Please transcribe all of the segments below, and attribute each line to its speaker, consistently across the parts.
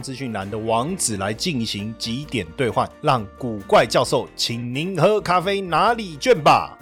Speaker 1: 资讯栏的网址来进行几点兑换，让古怪教授请您喝咖啡拿礼券吧。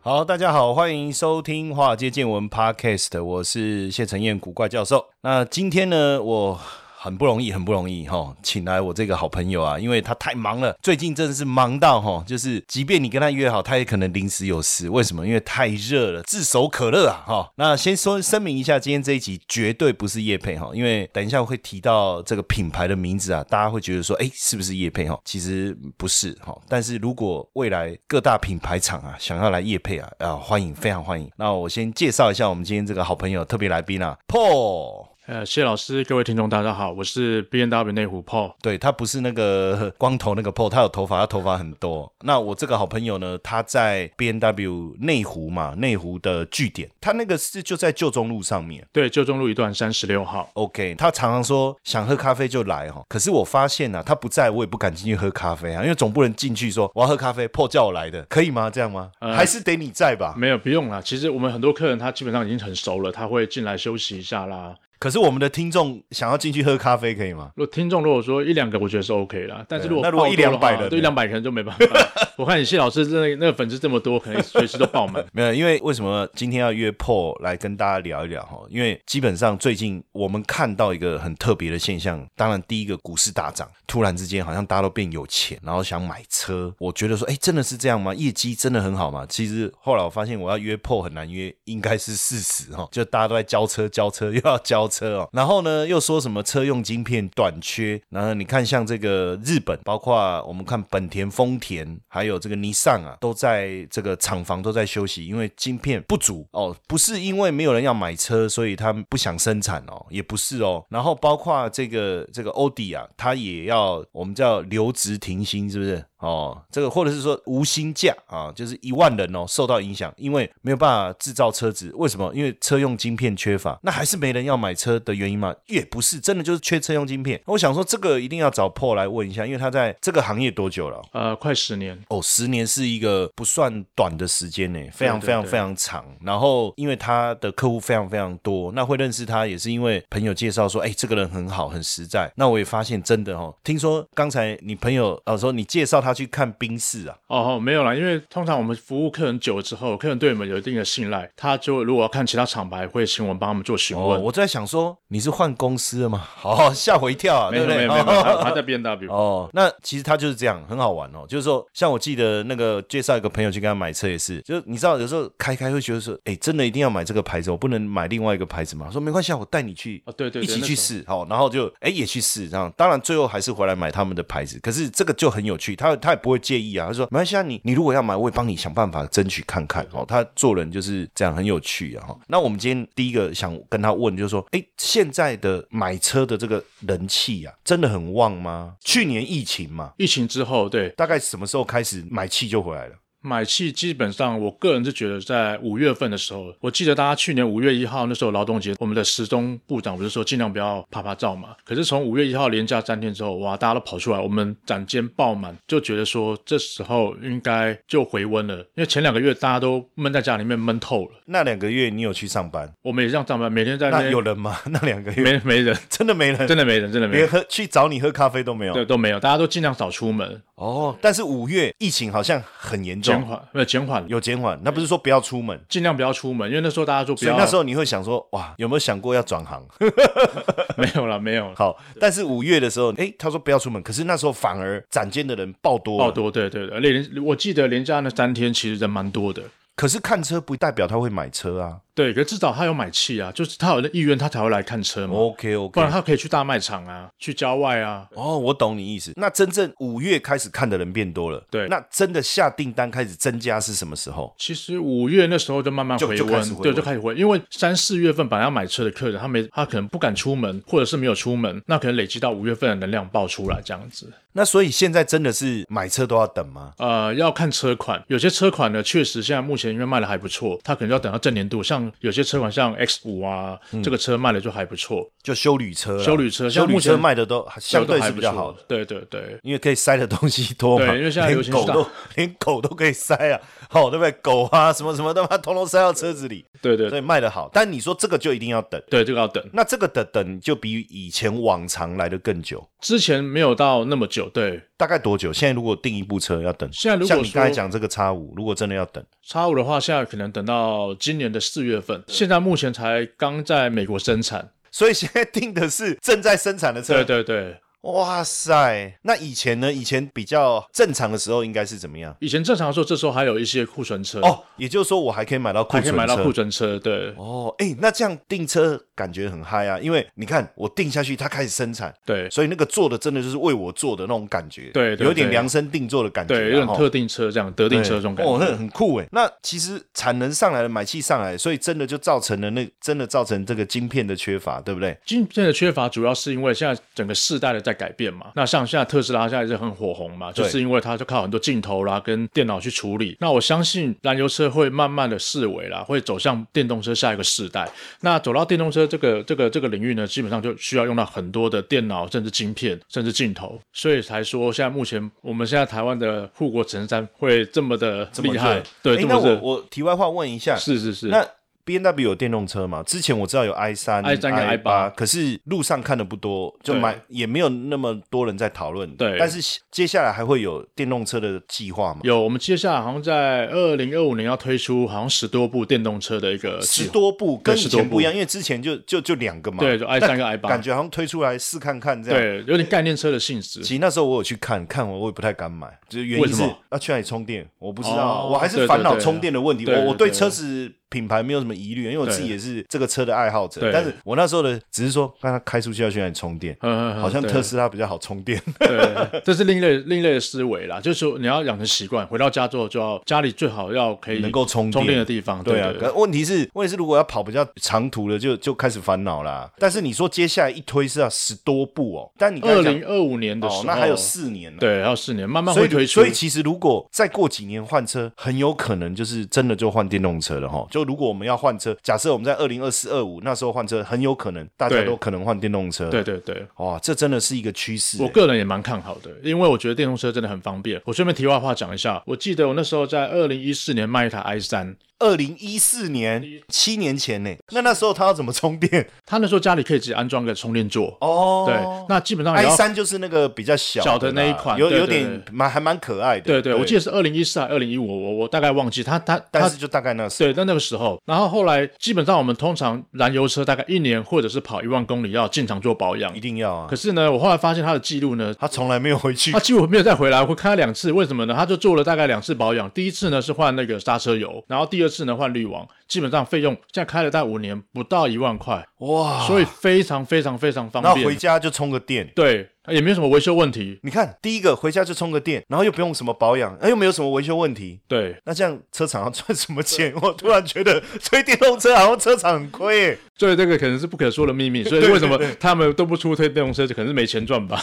Speaker 1: 好，大家好，欢迎收听《华尔街见闻》Podcast，我是谢承彦古怪教授。那今天呢，我很不容易，很不容易哈、请来我这个好朋友啊，因为他太忙了，最近真的是忙到哈、就是即便你跟他约好，他也可能临时有事。为什么？因为太热了，炙手可热啊哈、那先说声明一下，今天这一集绝对不是叶配哈、因为等一下会提到这个品牌的名字啊，大家会觉得说，哎，是不是叶配哈、其实不是哈、但是如果未来各大品牌厂啊想要来叶配啊，啊，欢迎，非常欢迎。那我先介绍一下我们今天这个好朋友特别来宾啊，Paul。
Speaker 2: 呃，谢老师，各位听众，大家好，我是 B N W 内湖 Paul。
Speaker 1: 对他不是那个光头那个 Paul，他有头发，他头发很多。那我这个好朋友呢，他在 B N W 内湖嘛，内湖的据点，他那个是就在旧中路上面。
Speaker 2: 对，旧中路一段三十六号。
Speaker 1: OK，他常常说想喝咖啡就来哈、哦，可是我发现啊，他不在我也不敢进去喝咖啡啊，因为总不能进去说我要喝咖啡，Paul 叫我来的，可以吗？这样吗？还是得你在吧？
Speaker 2: 没有，不用啦。其实我们很多客人他基本上已经很熟了，他会进来休息一下啦。
Speaker 1: 可是我们的听众想要进去喝咖啡，可以吗？
Speaker 2: 如果听众如果说一两个，我觉得是 OK 啦。但是如果
Speaker 1: 啊那如果
Speaker 2: 爆
Speaker 1: 一两
Speaker 2: 多的话
Speaker 1: 百啊人
Speaker 2: 对
Speaker 1: 呢
Speaker 2: 一两百可能就没办法。 我看你谢老师真的那个粉丝这么多，可能随时都爆满。
Speaker 1: 没有，因为为什么今天要约 Paul 来跟大家聊一聊哈？因为基本上最近我们看到一个很特别的现象，当然第一个股市大涨，突然之间好像大家都变有钱，然后想买车。我觉得说，哎，真的是这样吗？业绩真的很好吗？其实后来我发现我要约 Paul 很难约，应该是事实哈。就大家都在交车，交车又要交车哦，然后呢又说什么车用晶片短缺，然后你看像这个日本，包括我们看本田、丰田，还有这个尼桑啊，都在这个厂房都在休息，因为晶片不足哦，不是因为没有人要买车，所以他们不想生产哦，也不是哦。然后包括这个这个欧迪啊，它也要我们叫留职停薪，是不是？哦，这个或者是说无薪假啊，就是一万人哦受到影响，因为没有办法制造车子。为什么？因为车用晶片缺乏，那还是没人要买车的原因嘛？也不是，真的就是缺车用晶片。我想说这个一定要找 Paul 来问一下，因为他在这个行业多久了？
Speaker 2: 呃，快十年，
Speaker 1: 哦，十年是一个不算短的时间呢，非常
Speaker 2: 对
Speaker 1: 非常
Speaker 2: 对
Speaker 1: 非常长。然后，因为他的客户非常非常多，那会认识他也是因为朋友介绍说，哎，这个人很好，很实在。那我也发现真的哦，听说刚才你朋友呃说你介绍他去看冰室啊，
Speaker 2: 哦，没有啦，因为通常我们服务客人久了之后，客人对我们有一定的信赖，他就如果要看其他厂牌，会请我们帮他们做询
Speaker 1: 哦，
Speaker 2: 问。
Speaker 1: 我在想说你是换公司了吗？ 好、吓我一跳啊，
Speaker 2: 没
Speaker 1: 对
Speaker 2: 有
Speaker 1: 不对？
Speaker 2: 没有没有，没 有
Speaker 1: 哦
Speaker 2: 他他在 B N W。
Speaker 1: 哦，那其实他就是这样，很好玩哦。就是说，像我记得那个介绍一个朋友去跟他买车也是，就是你知道有时候开开会觉得说，哎，真的一定要买这个牌子，我不能买另外一个牌子吗？我说没关系啊，我带你去
Speaker 2: 哦，对对对，
Speaker 1: 一起
Speaker 2: 那
Speaker 1: 去
Speaker 2: 时候
Speaker 1: 试，好、然后就哎也去试，这样当然最后还是回来买他们的牌子，可是这个就很有趣，他他也不会介意啊，他说没关系啊，你你如果要买，我也帮你想办法争取看看，哦，他做人就是这样很有趣啊、哦。那我们今天第一个想跟他问就是说，哎，现在的买车的这个人气啊，真的很旺吗？去年疫情嘛，
Speaker 2: 疫情之后，对，
Speaker 1: 大概什么时候开始买气就回来了？
Speaker 2: 买气基本上，我个人是觉得在五月份的时候，我记得大家去年五月一号那时候劳动节，我们的时钟部长不是说尽量不要啪啪照嘛？可是从五月一号连假三天之后，哇，大家都跑出来，我们展间爆满，就觉得说这时候应该就回温了，因为前两个月大家都闷在家里面闷透了，
Speaker 1: 那两个月你有去上班？
Speaker 2: 我们也这样上班，每天在那
Speaker 1: 那
Speaker 2: 边
Speaker 1: 有人吗？ 那两个月
Speaker 2: 没没人，
Speaker 1: 真的没人，
Speaker 2: 真的没人，真的没
Speaker 1: 连
Speaker 2: 人，
Speaker 1: 喝去找你喝咖啡都没有。
Speaker 2: 对，都没有，大家都尽量少出门，
Speaker 1: 哦，但是五月疫情好像很严
Speaker 2: 减
Speaker 1: 重，
Speaker 2: 缓，没有减缓，
Speaker 1: 有减缓。那不是说不要出门，
Speaker 2: 尽量不要出门，因为那时候大家说不
Speaker 1: 所以
Speaker 2: 要，
Speaker 1: 那时候你会想说，哇，有没有想过要转行？
Speaker 2: 没有了，没有了。
Speaker 1: 好，但是五月的时候，诶，他说不要出门，可是那时候反而展间的人爆多了
Speaker 2: 爆。多，哦对对对，而且连我记得连假那三天其实人蛮多的，
Speaker 1: 可是看车不代表他会买车啊。
Speaker 2: 对，可是至少他有买气啊，就是他有那意愿，他才会来看车嘛。
Speaker 1: 哦 OK
Speaker 2: 嗯不
Speaker 1: OK，
Speaker 2: 然他可以去大卖场啊，去郊外啊。
Speaker 1: 哦，我懂你意思。那真正五月开始看的人变多了，
Speaker 2: 对
Speaker 1: 那真的下订单开始增加是什么时候？
Speaker 2: 其实五月那时候就慢慢
Speaker 1: 就
Speaker 2: 回
Speaker 1: 就开
Speaker 2: 温
Speaker 1: 始，回
Speaker 2: 对，
Speaker 1: 温
Speaker 2: 就开始回，因为三四月份本来要买车的客人，他没他可能不敢出门，或者是没有出门，那可能累积到五月份的能量爆出来这样子。
Speaker 1: 那所以现在真的是买车都要等吗？
Speaker 2: 呃，要看车款，有些车款呢，确实现在目前因为卖的还不错，它可能要等到正年度。像有些车款，像 X 五啊，
Speaker 1: 嗯
Speaker 2: 这个车卖的就还不错，
Speaker 1: 就修旅车啦，啊
Speaker 2: 修旅车
Speaker 1: 修
Speaker 2: 像
Speaker 1: 旅
Speaker 2: 目
Speaker 1: 车
Speaker 2: 前
Speaker 1: 卖的都相对
Speaker 2: 都还
Speaker 1: 是
Speaker 2: 不
Speaker 1: 比
Speaker 2: 错
Speaker 1: 较好的。。
Speaker 2: 对对对，
Speaker 1: 因为可以塞的东西多嘛，
Speaker 2: 对因为现在流
Speaker 1: 连
Speaker 2: 行
Speaker 1: 狗
Speaker 2: 是
Speaker 1: 都连狗都可以塞啊，好、对不对？狗啊什么什么的，他妈通通塞到车子里，
Speaker 2: 对对
Speaker 1: 所
Speaker 2: 对
Speaker 1: 以卖的好。但你说这个就一定要等，
Speaker 2: 对，这个要等。
Speaker 1: 那这个的等就比以前往常来的更久，
Speaker 2: 之前没有到那么久，对。
Speaker 1: 大概多久？现在如果订一部车要等，
Speaker 2: 现在如果
Speaker 1: 像你刚才
Speaker 2: 说
Speaker 1: 讲这个叉五，如果真的要等，
Speaker 2: 叉五的话，现在可能等到今年的四月份，现在目前才刚在美国生产。
Speaker 1: 所以现在订的是正在生产的车。
Speaker 2: 对对对，
Speaker 1: 哇塞，那以前呢？以前比较正常的时候应该是怎么样？
Speaker 2: 以前正常说这时候还有一些库存车，，
Speaker 1: 哦，也就是说我还可以买到库
Speaker 2: 还可以
Speaker 1: 存
Speaker 2: 买到
Speaker 1: 车
Speaker 2: 库存车，对
Speaker 1: 哦，哎、那这样订车感觉很嗨啊，因为你看我订下去，它开始生产，
Speaker 2: 对
Speaker 1: 所以那个做的真的就是为我做的那种感觉，
Speaker 2: 对对
Speaker 1: 有一点
Speaker 2: 对
Speaker 1: 量身定做的感觉啦，
Speaker 2: 对，有点
Speaker 1: 吼
Speaker 2: 特定车这样，得定
Speaker 1: 对
Speaker 2: 车这种感
Speaker 1: 哦，那
Speaker 2: 觉。
Speaker 1: 很酷哎。那其实产能上来了，买气上来了，所以真的就造成了那真的造成这个晶片的缺乏，对不对？
Speaker 2: 晶片的缺乏主要是因为现在整个世代的在改变嘛。那像现在特斯拉现在是很火红嘛，
Speaker 1: 对
Speaker 2: 就是因为它就靠很多镜头啦跟电脑去处理。那我相信燃油车会慢慢的式微啦，会走向电动车下一个世代。那走到电动车这个这个这个领域呢，基本上就需要用到很多的电脑，甚至晶片，甚至镜头。所以才说现在目前我们现在台湾的护国神山会这么的
Speaker 1: 这么
Speaker 2: 厉害
Speaker 1: 热，
Speaker 2: 对，
Speaker 1: 诶
Speaker 2: 这
Speaker 1: 那
Speaker 2: 么
Speaker 1: 我
Speaker 2: 热，
Speaker 1: 我题外话问一下，
Speaker 2: 是是是。
Speaker 1: 那 B N W 有电动车嘛？之前我知道有 i 三、
Speaker 2: i3 跟
Speaker 1: i
Speaker 2: i8
Speaker 1: 可是路上看的不多，就
Speaker 2: 对
Speaker 1: 买也没有那么多人在讨论。
Speaker 2: 对
Speaker 1: 但是接下来还会有电动车的计划嘛？
Speaker 2: 有，我们接下来好像在二零二五年要推出好像十多部电动车的一个计
Speaker 1: 十
Speaker 2: 划，
Speaker 1: 多部跟以
Speaker 2: 十多
Speaker 1: 前
Speaker 2: 部
Speaker 1: 不一样，因为之前就就就两个嘛，
Speaker 2: 对，就 i 三跟 i 八
Speaker 1: 感，觉好像推出来试看看这样。
Speaker 2: 对，有点概念车的性质。
Speaker 1: 其实那时候我有去看看完，我也不太敢买，就是原因
Speaker 2: 为什
Speaker 1: 是
Speaker 2: 么
Speaker 1: 要去哪里充电，我不知道，
Speaker 2: 哦
Speaker 1: 我还
Speaker 2: 对
Speaker 1: 是
Speaker 2: 对
Speaker 1: 烦恼
Speaker 2: 对
Speaker 1: 充电的问题。
Speaker 2: 对对
Speaker 1: 我我对
Speaker 2: 对
Speaker 1: 车子品牌没有什么疑虑，因为我
Speaker 2: 对
Speaker 1: 自己也是这个车的爱好者
Speaker 2: 对。
Speaker 1: 但是我那时候的只是说，看它开出去要去哪里充电，
Speaker 2: 嗯
Speaker 1: 好像特
Speaker 2: 斯
Speaker 1: 斯拉比较好充电。
Speaker 2: 对，这是另类另类的思维啦，就是说你要养成习惯，回到家之后就要家里最好要可以
Speaker 1: 能够充
Speaker 2: 充
Speaker 1: 电
Speaker 2: 电的地方，
Speaker 1: 对
Speaker 2: 对
Speaker 1: 啊，
Speaker 2: 对
Speaker 1: 可问题是，问题是如果要跑比较长途的，就就开始烦恼啦。但是你说接下来一推是要十多步哦，但你刚
Speaker 2: 二
Speaker 1: 才讲
Speaker 2: 零二五年的时
Speaker 1: 哦
Speaker 2: 候，，
Speaker 1: 那还有四年呢。
Speaker 2: 对，还有四年，慢慢
Speaker 1: 所
Speaker 2: 会
Speaker 1: 以
Speaker 2: 推
Speaker 1: 你，
Speaker 2: 出
Speaker 1: 所以。其实如果再过几年换车，很有可能就是真的就换电动车了哈。就如果我们要换车，假设我们在二零二四、二五那时候换车，很有可能大家
Speaker 2: 对
Speaker 1: 都可能换电动车。
Speaker 2: 对，对对，
Speaker 1: 哇，这真的是一个趋势欸、
Speaker 2: 我个人也蛮看好的，因为我觉得电动车真的很方便。我顺便题外话讲一下，我记得我那时候在二零一四年卖一台 i 三，
Speaker 1: 二零一四年，七年前呢、那那时候他要怎么充电？
Speaker 2: 他那时候家里可以自己安装个充电座，
Speaker 1: 哦，
Speaker 2: 对，那基本上也
Speaker 1: i
Speaker 2: 要
Speaker 1: 三就是那个比较小
Speaker 2: 小的
Speaker 1: 的
Speaker 2: 那一
Speaker 1: 啦
Speaker 2: 款
Speaker 1: 有
Speaker 2: 对
Speaker 1: 有
Speaker 2: 对
Speaker 1: 点
Speaker 2: 对
Speaker 1: 蛮还蛮可爱的。
Speaker 2: 对对，我记得
Speaker 1: 得，
Speaker 2: 是二零一四还二零一五，我我大概忘记他他
Speaker 1: 但
Speaker 2: 他
Speaker 1: 是就大概那时候。
Speaker 2: 对，在那个时候，然后后来基本上我们通常燃油车大概一年或者是跑一万公里要进厂做保养
Speaker 1: 一，定要啊
Speaker 2: 可，是呢，我后来发现他的记录呢。啊
Speaker 1: 他从来没有回去
Speaker 2: 他几乎没有再回来，我看他两次，为什么呢？他就做了大概两次保养，第一次呢是换那个刹车油，然后第二次呢换滤网，基本上费用现在开了大概五年，不到一万块，
Speaker 1: 哇，
Speaker 2: 所以非常非常非常方
Speaker 1: 然后啊回
Speaker 2: 便。
Speaker 1: 家就充个电。
Speaker 2: 对，也没有什么维修问题。
Speaker 1: 你看，第一个回家就充个电，然后又不用什么保养，哎，又没有什么维修问题。
Speaker 2: 对，
Speaker 1: 那这样车厂要赚什么钱？我突然觉得推电动车好像车厂很亏耶。
Speaker 2: 所以这个可能是不可说的秘密，所以为什么他们都不出推电动车，可能是没钱赚 吧？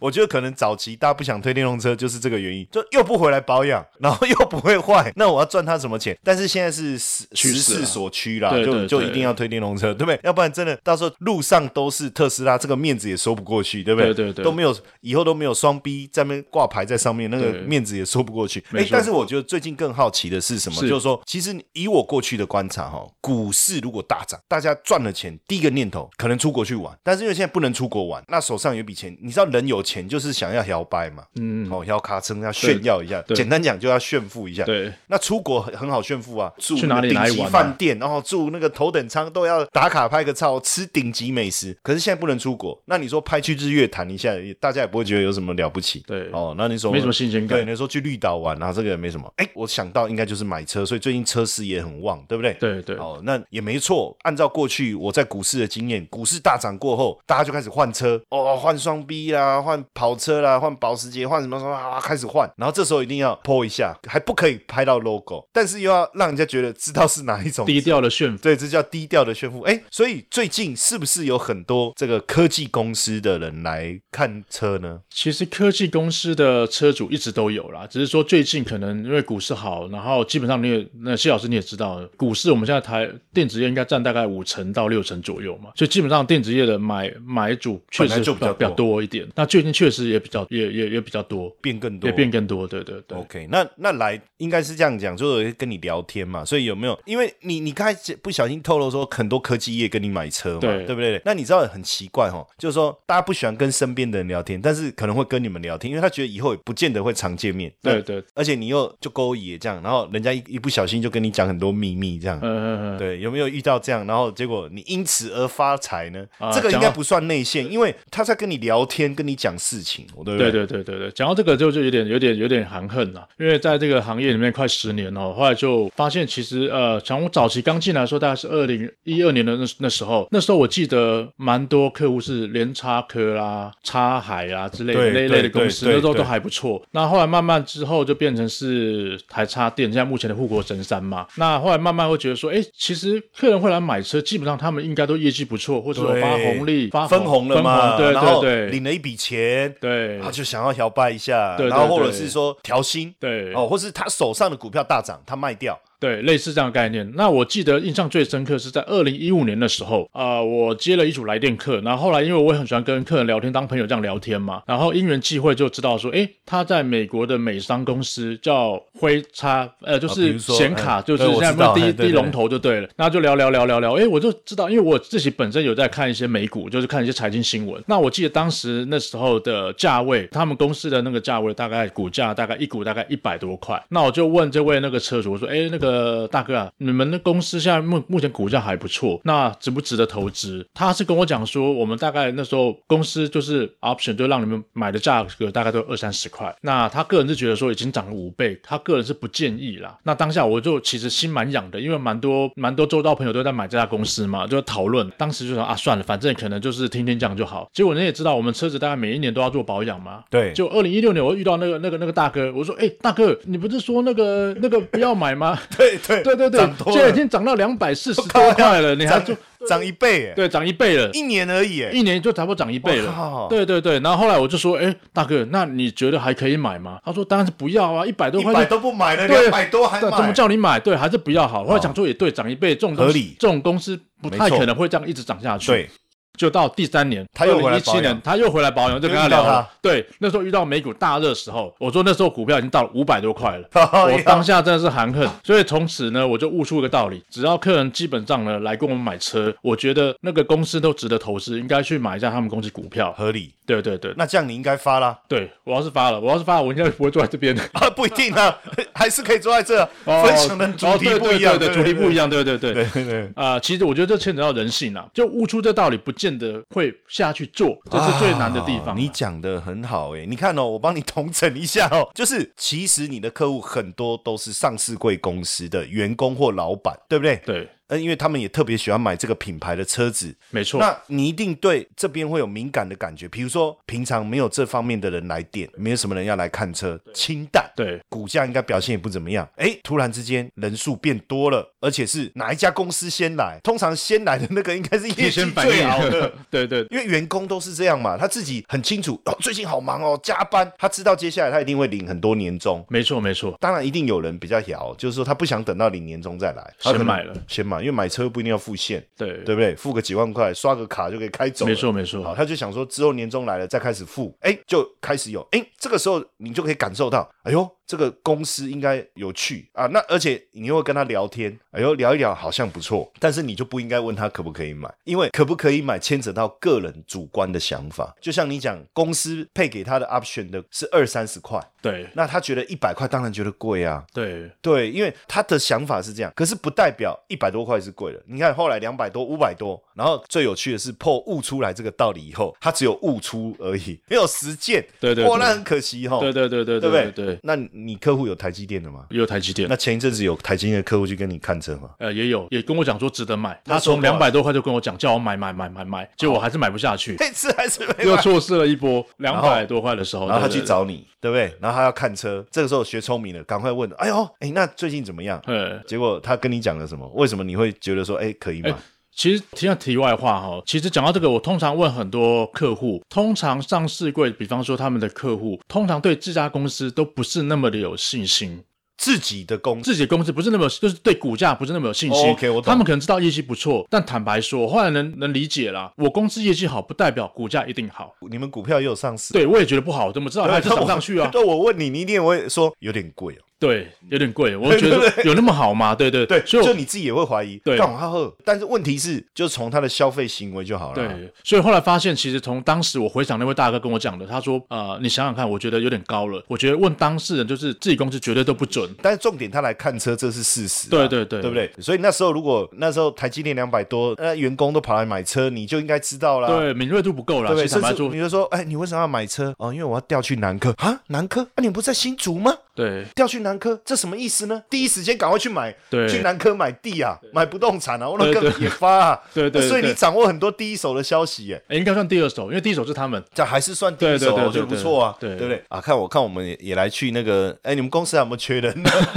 Speaker 1: 我觉得可能早期大家不想推电动车就是这个原因，就又不回来保养，然后又 不会坏，那我要赚他什么钱？但是现在是时
Speaker 2: 趋
Speaker 1: 时
Speaker 2: 势啊
Speaker 1: 势所趋啦，
Speaker 2: 对
Speaker 1: 就
Speaker 2: 对
Speaker 1: 就
Speaker 2: 对
Speaker 1: 一定要推电动车，对不对？要不然真的到时候路上都是特斯拉，这个面子也说不过去，对不对？
Speaker 2: 对对对
Speaker 1: 都没有以后都没有双 B 在那边挂牌在上面，那个
Speaker 2: 对
Speaker 1: 面子也说不过去。
Speaker 2: 没
Speaker 1: 哎
Speaker 2: 错，
Speaker 1: 但是我觉得最近更好奇的是什么？
Speaker 2: 是
Speaker 1: 就是说，其实以我过去的观察哈、股市如果大涨，大家赚了钱，第一个念头可能出国去玩，但是因为现在不能出国玩，那手上有一笔钱，你知道人有钱就是想要摇摆嘛，嗯，哦，摇卡称要炫耀一下，
Speaker 2: 对
Speaker 1: 简单讲就要炫富一下。
Speaker 2: 对，
Speaker 1: 那出国很好炫富啊，住
Speaker 2: 去哪里
Speaker 1: 那个
Speaker 2: 哪里啊
Speaker 1: 顶级级饭店，然后住那个头等舱都要打卡拍个照，吃顶级美食。可是现在不能出国，那你说拍去日月潭一下，也大家也不会觉得有什么了不起。
Speaker 2: 对
Speaker 1: 哦，那你说
Speaker 2: 没什么新鲜感
Speaker 1: 对，你说去绿岛玩啊，这个也没什么。哎，我想到应该就是买车，所以最近车市也很旺，对不对？
Speaker 2: 对对，
Speaker 1: 哦，那也没错。按照过去我在股市的经验，股市大涨过后，大家就开始换车，哦，换双 B 啦，换跑车啦，换保时捷，换什么什么啊，开始换。然后这时候一定要 po 一下，还不可以拍到 logo，但是又要让人家觉得知道是哪一种
Speaker 2: 低调的炫富，
Speaker 1: 对，这叫低调的炫富。哎，所以最近是不是有很多这个科技公司的人来看车呢？
Speaker 2: 其实科技公司的车主一直都有啦，只是说最近可能因为股市好，然后基本上你也那谢老师你也知道，股市我们现在台电子业应该占大概五成到六成左右嘛，所以基本上电子业的买买主确
Speaker 1: 本
Speaker 2: 实
Speaker 1: 来就比较
Speaker 2: 比较
Speaker 1: 多
Speaker 2: 多一点。那最近确实也比较也也也比较多，
Speaker 1: 变更多，哦
Speaker 2: 也变更多，对对对。
Speaker 1: OK，那那来应该是这样讲，就是跟你聊天嘛，所以有没有？因为你你刚才不小心透露说很多科技业跟你买车嘛，
Speaker 2: 对
Speaker 1: 不对？那你知道很奇怪哈，就是说大家不喜欢跟身边的人聊天，但是可能会跟你们聊天，因为他觉得以后也不见得会常见面，
Speaker 2: 对
Speaker 1: 那，
Speaker 2: 对，
Speaker 1: 而且你又就勾引这样，然后人家一一不小心就跟你讲很多秘密这样。
Speaker 2: 嗯嗯嗯，
Speaker 1: 对，有没有遇到这样？然后结果你因此而发财呢？
Speaker 2: 啊
Speaker 1: 这个应
Speaker 2: 讲
Speaker 1: 该
Speaker 2: 到
Speaker 1: 不算内线，因为他在跟你聊天，跟你讲事情，我对不
Speaker 2: 对对对对对，讲到这个就就有点有点有点含恨啦，因为在这个行业里面快十年哦，后来就发现其实呃，从我早期刚进来的时候，大概是二零一二年的那那时候，那时候我记得蛮多客户是连插科啦、插海啊之类的
Speaker 1: 对
Speaker 2: 那一
Speaker 1: 对
Speaker 2: 类的公司，
Speaker 1: 对对
Speaker 2: 那时候都
Speaker 1: 对
Speaker 2: 还不错。那后来慢慢之后就变成是台插电，现在目前的护国神山嘛。那后来慢慢会觉得说，哎，其实客人会来买车，基本上他们应该都业绩不错，或者有
Speaker 1: 对
Speaker 2: 发红利、发
Speaker 1: 分红了嘛，
Speaker 2: 啊分
Speaker 1: 然后
Speaker 2: 红对对对
Speaker 1: 领了一笔钱，
Speaker 2: 对
Speaker 1: 他就想要摇摆一下，
Speaker 2: 对对
Speaker 1: 然后或者
Speaker 2: 对
Speaker 1: 是说调薪，
Speaker 2: 对
Speaker 1: 哦，或是他手上的股票大涨，他卖掉，
Speaker 2: 对，类似这样的概念。那我记得印象最深刻是在二零一五年的时候，啊、我接了一组来电客，然后后来因为我也很喜欢跟客人聊天，当朋友这样聊天嘛，然后因缘际会就知道说，诶，他在美国的美商公司叫辉叉，呃，就
Speaker 1: 啊比
Speaker 2: 是
Speaker 1: 如说
Speaker 2: 显卡，
Speaker 1: 嗯
Speaker 2: 就是
Speaker 1: 对我
Speaker 2: 现在
Speaker 1: 知道
Speaker 2: 不是第
Speaker 1: 嘿
Speaker 2: 一
Speaker 1: 对
Speaker 2: 第一
Speaker 1: 对
Speaker 2: 龙头就对了，然后就聊聊聊聊聊，诶，我就知道，因为我自己本身有在看一些美股，就是看一些财经新闻。那我记得当时那时候的价位，他们公司的那个价位大概股价大概一股大概一百多块。那我就问这位那个车主，我说，诶，那个大哥啊，你们的公司现在目目前股价还不错，那值不值得投资？他是跟我讲说，我们大概那时候公司就是 option 就让你们买的价格大概都二三十块。那他个人是觉得说已经涨了五倍，他个人是不建议啦。那当下我就其实心蛮痒的，因为蛮多蛮多周遭朋友都在买这家公司嘛，就讨论。当时就想啊，算了，反正可能就是听听讲就好。结果你也知道，我们车子大概每一年都要做保养嘛，
Speaker 1: 对
Speaker 2: 就二零一六年，我遇到那个那个那个大哥，我说：“哎、大哥，你不是说那个那个不要买吗？”
Speaker 1: 对 对
Speaker 2: 对对对
Speaker 1: 涨，多
Speaker 2: 现在已
Speaker 1: 了，
Speaker 2: 经涨到两百四十 多块了，你还
Speaker 1: 涨
Speaker 2: 就
Speaker 1: 涨一倍，哎，
Speaker 2: 对涨一倍了。
Speaker 1: 一年而已，哎，
Speaker 2: 一年就差不多涨一倍
Speaker 1: 哇靠
Speaker 2: 了，对对对。然后后来我就说，哎，大哥，那你觉得还可以买吗？他说当然是不要啊，一百多
Speaker 1: 一
Speaker 2: 块
Speaker 1: 百
Speaker 2: 就
Speaker 1: 都不买了，
Speaker 2: 对
Speaker 1: 两百多还
Speaker 2: 对怎么
Speaker 1: 买，哦
Speaker 2: 叫你买？对，还是不要好。后来讲说也对，涨一倍这种东
Speaker 1: 合
Speaker 2: 西
Speaker 1: 理
Speaker 2: 这种公司不
Speaker 1: 没
Speaker 2: 太
Speaker 1: 错
Speaker 2: 可能会这样一直涨下去。
Speaker 1: 对，
Speaker 2: 就到第三年，
Speaker 1: 他又回来
Speaker 2: 一
Speaker 1: 保
Speaker 2: 七
Speaker 1: 养
Speaker 2: 年，他又回来保养，就跟他
Speaker 1: 又遇到
Speaker 2: 聊
Speaker 1: 他
Speaker 2: 了。对，那时候遇到美股大热时候，我说那时候股票已经到了五百多块了。
Speaker 1: 哦
Speaker 2: 我当下真的是含恨，所以从此呢，我就悟出一个道理：只要客人基本上呢来跟我们买车，我觉得那个公司都值得投资，应该去买一下他们公司股票。
Speaker 1: 合理。
Speaker 2: 对对对，
Speaker 1: 那这样你应该发啦
Speaker 2: 对我要是发了，我要是发了，我应该不会坐在这边。
Speaker 1: 啊，不一定啊， 还是可以坐在这啊，
Speaker 2: 哦
Speaker 1: 分享的主题不一样，
Speaker 2: 哦对对对对主题不
Speaker 1: 样，
Speaker 2: 一样，对对对。
Speaker 1: 对对对，
Speaker 2: 啊、其实我觉得这牵扯到人性啊，就悟出这道理，不见得会下去做，这是最难的地方
Speaker 1: 啊
Speaker 2: 啊、
Speaker 1: 你讲的很好诶、你看哦，我帮你统整一下哦， 就是其实你的客户很多都是上市贵公司的员工或老板，对不对？
Speaker 2: 对，
Speaker 1: 嗯，因为他们也特别喜欢买这个品牌的车子。
Speaker 2: 没错。
Speaker 1: 那你一定对这边会有敏感的感觉，比如说平常没有这方面的人来电，没有什么人要来看车，清淡，
Speaker 2: 对，
Speaker 1: 股价应该表现也不怎么样。哎，突然之间人数变多了，而且是哪一家公司先来？通常先来的那个应该是业
Speaker 2: 提
Speaker 1: 绩
Speaker 2: 前反应
Speaker 1: 最好的，
Speaker 2: 对对
Speaker 1: 因为员工都是这样嘛，他自己很清楚哦，最近好忙哦，加班，他知道接下来他一定会领很多年终。
Speaker 2: 没错没错，
Speaker 1: 当然，一定有人比较摇，就是说他不想等到领年终再来，他可能
Speaker 2: 先买了
Speaker 1: 先买，因为买车不一定要付现，
Speaker 2: 对
Speaker 1: 对不对？付个几万块，刷个卡就可以开走了。
Speaker 2: 没错没
Speaker 1: 好，
Speaker 2: 错，
Speaker 1: 他就想说之后年终来了再开始付，哎，就开始有，哎，这个时候你就可以感受到，哎呦，这个公司应该有趣啊。那而且你又会跟他聊天，哎呦，聊一聊好像不错，但是你就不应该问他可不可以买，因为可不可以买牵扯到个人主观的想法。就像你讲，公司配给他的 option 的是二三十块，
Speaker 2: 对
Speaker 1: 那他觉得一百块当然觉得贵啊，
Speaker 2: 对
Speaker 1: 对，因为他的想法是这样，可是不代表一百多块是贵的。你看后来两百多、五百多，然后最有趣的是破悟出来这个道理以后，他只有悟出而已，没有实践。
Speaker 2: 对对
Speaker 1: 哇，
Speaker 2: 对
Speaker 1: 那很可惜哈、
Speaker 2: 对对对对
Speaker 1: 哦对不
Speaker 2: 对
Speaker 1: 对
Speaker 2: 对，
Speaker 1: 那你客户有台积电的吗？
Speaker 2: 也有台积电
Speaker 1: 那。前一阵子有台积电的客户去跟你看车吗？
Speaker 2: 呃，也有，也跟我讲说值得买。
Speaker 1: 那
Speaker 2: 他
Speaker 1: 时候
Speaker 2: 从两百多块就跟我讲，叫我买买买买买，结果我还是买不下去，
Speaker 1: 这次还是没有
Speaker 2: 又。错失了一波两
Speaker 1: 后
Speaker 2: 百多块的时候。
Speaker 1: 哦然后他
Speaker 2: 对
Speaker 1: 去，找你，对不对？然后他要看车，这个时候学聪明了，赶快问：“哎呦，哎，那最近怎么样
Speaker 2: 对呃，？”
Speaker 1: 结果他跟你讲了什么？为什么你会觉得说：“哎，可以买
Speaker 2: 哎其实听到题外话哈，其实讲到这个，我通常问很多客户，通常上市柜，比方说他们的客户，通常对这家公司都不是那么的有信心，
Speaker 1: 自己的公司
Speaker 2: 自己的公司不是那么有就是对股价不是那么有信心。
Speaker 1: 哦，OK，我懂
Speaker 2: 他们可能知道业绩不错，但坦白说，我后来能能理解啦，我公司业绩好不代表股价一定好。
Speaker 1: 你们股票也有上市，
Speaker 2: 对，我也觉得不好，怎么知道它还是
Speaker 1: 对
Speaker 2: 涨上去啊？
Speaker 1: 对，我问你，你一定会说有点贵哦。
Speaker 2: 对，有点贵，我觉得有那么好吗？对对
Speaker 1: 对，
Speaker 2: 所以
Speaker 1: 就
Speaker 2: 我
Speaker 1: 你自己也会怀疑，
Speaker 2: 对
Speaker 1: 干嘛喝？但是问题是，就从他的消费行为就好了。，
Speaker 2: 对，所以后来发现，其实从当时我回想那位大哥跟我讲的，他说：“呃，你想想看，我觉得有点高了。我觉得问当事人就是自己公司绝对都不准。
Speaker 1: 但是重点他来看车，这是事实啊、
Speaker 2: 对对对
Speaker 1: 对不对？所以那时候如果那时候台积电两百多，那员工都跑来买车，你就应该知道啦。
Speaker 2: 对，敏锐度不够
Speaker 1: 对
Speaker 2: 了。
Speaker 1: 不
Speaker 2: 其
Speaker 1: 啊对？
Speaker 2: 实坦
Speaker 1: 甚
Speaker 2: 白
Speaker 1: 至
Speaker 2: 说
Speaker 1: 你，就说，哎，你为什么要买车？哦，因为我要调去南科啊，南科啊，你不是在新竹吗？
Speaker 2: 对
Speaker 1: 调去南科，这什么意思呢？第一时间赶快去买，
Speaker 2: 对
Speaker 1: 去南科买地啊，买不动产啊，我那
Speaker 2: 对
Speaker 1: 个
Speaker 2: 对
Speaker 1: 也发啊，
Speaker 2: 对对对
Speaker 1: 所以你掌握很多第一手的消息耶，
Speaker 2: 诶应该算第二手，因为第一手是他们。
Speaker 1: 这还是算第一
Speaker 2: 对对
Speaker 1: 手，
Speaker 2: 对
Speaker 1: 我觉得不
Speaker 2: 对对
Speaker 1: 错啊，
Speaker 2: 对
Speaker 1: 不对？啊，看我看我们也也来去那个，哎，你们公司还有没有缺 人呢？啊
Speaker 2: 以后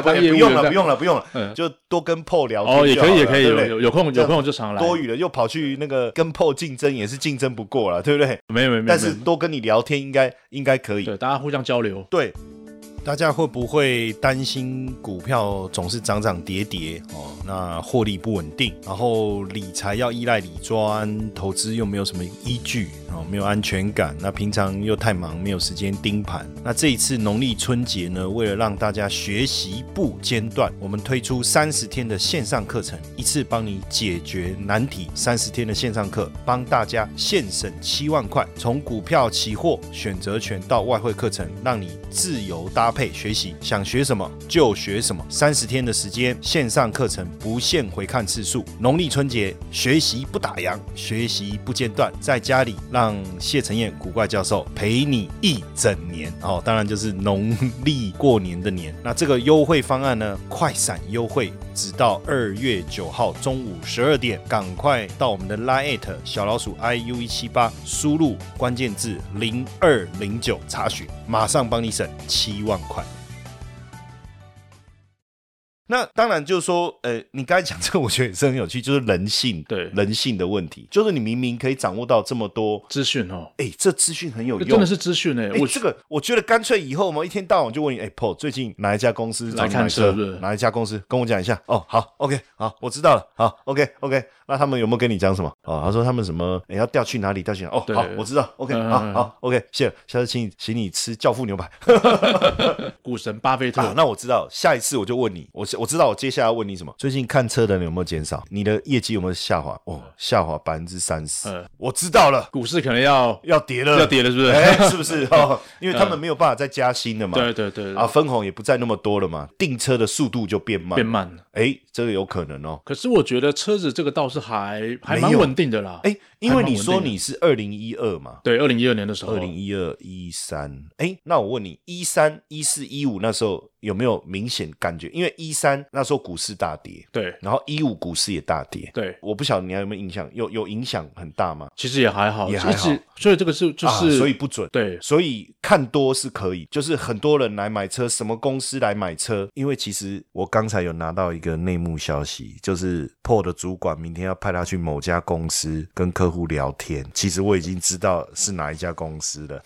Speaker 1: 不不用了，不用了，不用了，
Speaker 2: 嗯
Speaker 1: 就多跟 PO 聊天
Speaker 2: 哦，也可以，也
Speaker 1: 就好了
Speaker 2: 可以，
Speaker 1: 对不
Speaker 2: 有
Speaker 1: 对
Speaker 2: 有有空
Speaker 1: 这
Speaker 2: 有
Speaker 1: 样
Speaker 2: 空就常来。
Speaker 1: 多余的又跑去那个跟 PO 竞争，也是竞争不过了，对不对？
Speaker 2: 没有没有没有，
Speaker 1: 但是
Speaker 2: 没有
Speaker 1: 多跟你聊天应该应该可以。
Speaker 2: 对大家互相交流。
Speaker 1: 对，大家会不会担心股票总是涨涨跌跌哦？那获利不稳定，然后理财要依赖理专，投资又没有什么依据哦，没有安全感。那平常又太忙，没有时间盯盘。那这一次农历春节呢，为了让大家学习不间断，我们推出三十天的线上课程，一次帮你解决难题。三十天的线上课，帮大家现省七万块，从股票、期货、选择权到外汇课程，让你自由搭配学习，想学什么就学什么。三十天的时间，线上课程不限回看次数。农历春节，学习不打烊，学习不间断，在家里让谢承彦古怪教授陪你一整年哦，当然就是农历过年的年。那这个优惠方案呢，快闪优惠，直到二月九号中午十二点，赶快到我们的 Line 小老鼠 iu 一七八，输入关键字零二零九查询，马上帮你省七万块。那当然就是说，呃，你刚才讲这个，我觉得也是很有趣，就是人性，
Speaker 2: 对
Speaker 1: 人性的问题，就是你明明可以掌握到这么多，
Speaker 2: 资讯哦，
Speaker 1: 哎，这资讯很有用，
Speaker 2: 真的是资讯哎，
Speaker 1: 哎、
Speaker 2: 我
Speaker 1: 这个我觉得干脆以后我们一天到晚就问你，哎、p a u l 最近哪一家公司找你
Speaker 2: 来看
Speaker 1: 买
Speaker 2: 车是不是
Speaker 1: 哪一家公司跟我讲一下？哦，好，OK，好，我知道了，好，OK，OK，、那他们有没有跟你讲什么？哦，他说他们什么，哎、要调去哪里，调去哪里？哦，
Speaker 2: 对
Speaker 1: 好，我知道，OK，、
Speaker 2: 嗯
Speaker 1: 好
Speaker 2: 嗯
Speaker 1: 好，OK，谢了，下次请你请你吃教父牛排
Speaker 2: 股神巴菲
Speaker 1: 啊
Speaker 2: 特，
Speaker 1: 那我知道，下一次我就问你，我我知道我接下来要问你什么？最近看车的人有没有减少？你的业绩有没有下滑？哦，下滑百分之三十
Speaker 2: 嗯，
Speaker 1: 我知道了，
Speaker 2: 股市可能要
Speaker 1: 要跌了，
Speaker 2: 要跌了是不是
Speaker 1: 哎、是不 是？哦，因为他们没有办法再加薪了嘛，
Speaker 2: 对对对
Speaker 1: 啊，分红也不再那么多了嘛，订车的速度就变慢，
Speaker 2: 变慢了。
Speaker 1: 哎，这个有可能哦。
Speaker 2: 可是我觉得车子这个倒是还还
Speaker 1: 没
Speaker 2: 蛮
Speaker 1: 有
Speaker 2: 稳定的啦。
Speaker 1: 哎，因为你
Speaker 2: 还蛮
Speaker 1: 说
Speaker 2: 稳定的哦
Speaker 1: 你是二零一二嘛，
Speaker 2: 对，二零一二年的时候，
Speaker 1: 二零一二一三，哎，那我问你，一三一四一五那时候有没有明显感觉？因为一三那时候股市大跌，
Speaker 2: 对
Speaker 1: 然后一五股市也大跌，
Speaker 2: 对，
Speaker 1: 我不晓得你还有没有印象，有有影响很大吗？
Speaker 2: 其实也还好，
Speaker 1: 也还好
Speaker 2: 一直所以这个是就
Speaker 1: 啊、
Speaker 2: 是
Speaker 1: 所以不准。
Speaker 2: 对
Speaker 1: 所以看多是可以，就是很多人来买车，什么公司来买车？因为其实我刚才有拿到一个内幕消息，就是 p o 的主管明天要派他去某家公司跟客户聊天。其实我已经知道是 哪一家公司了，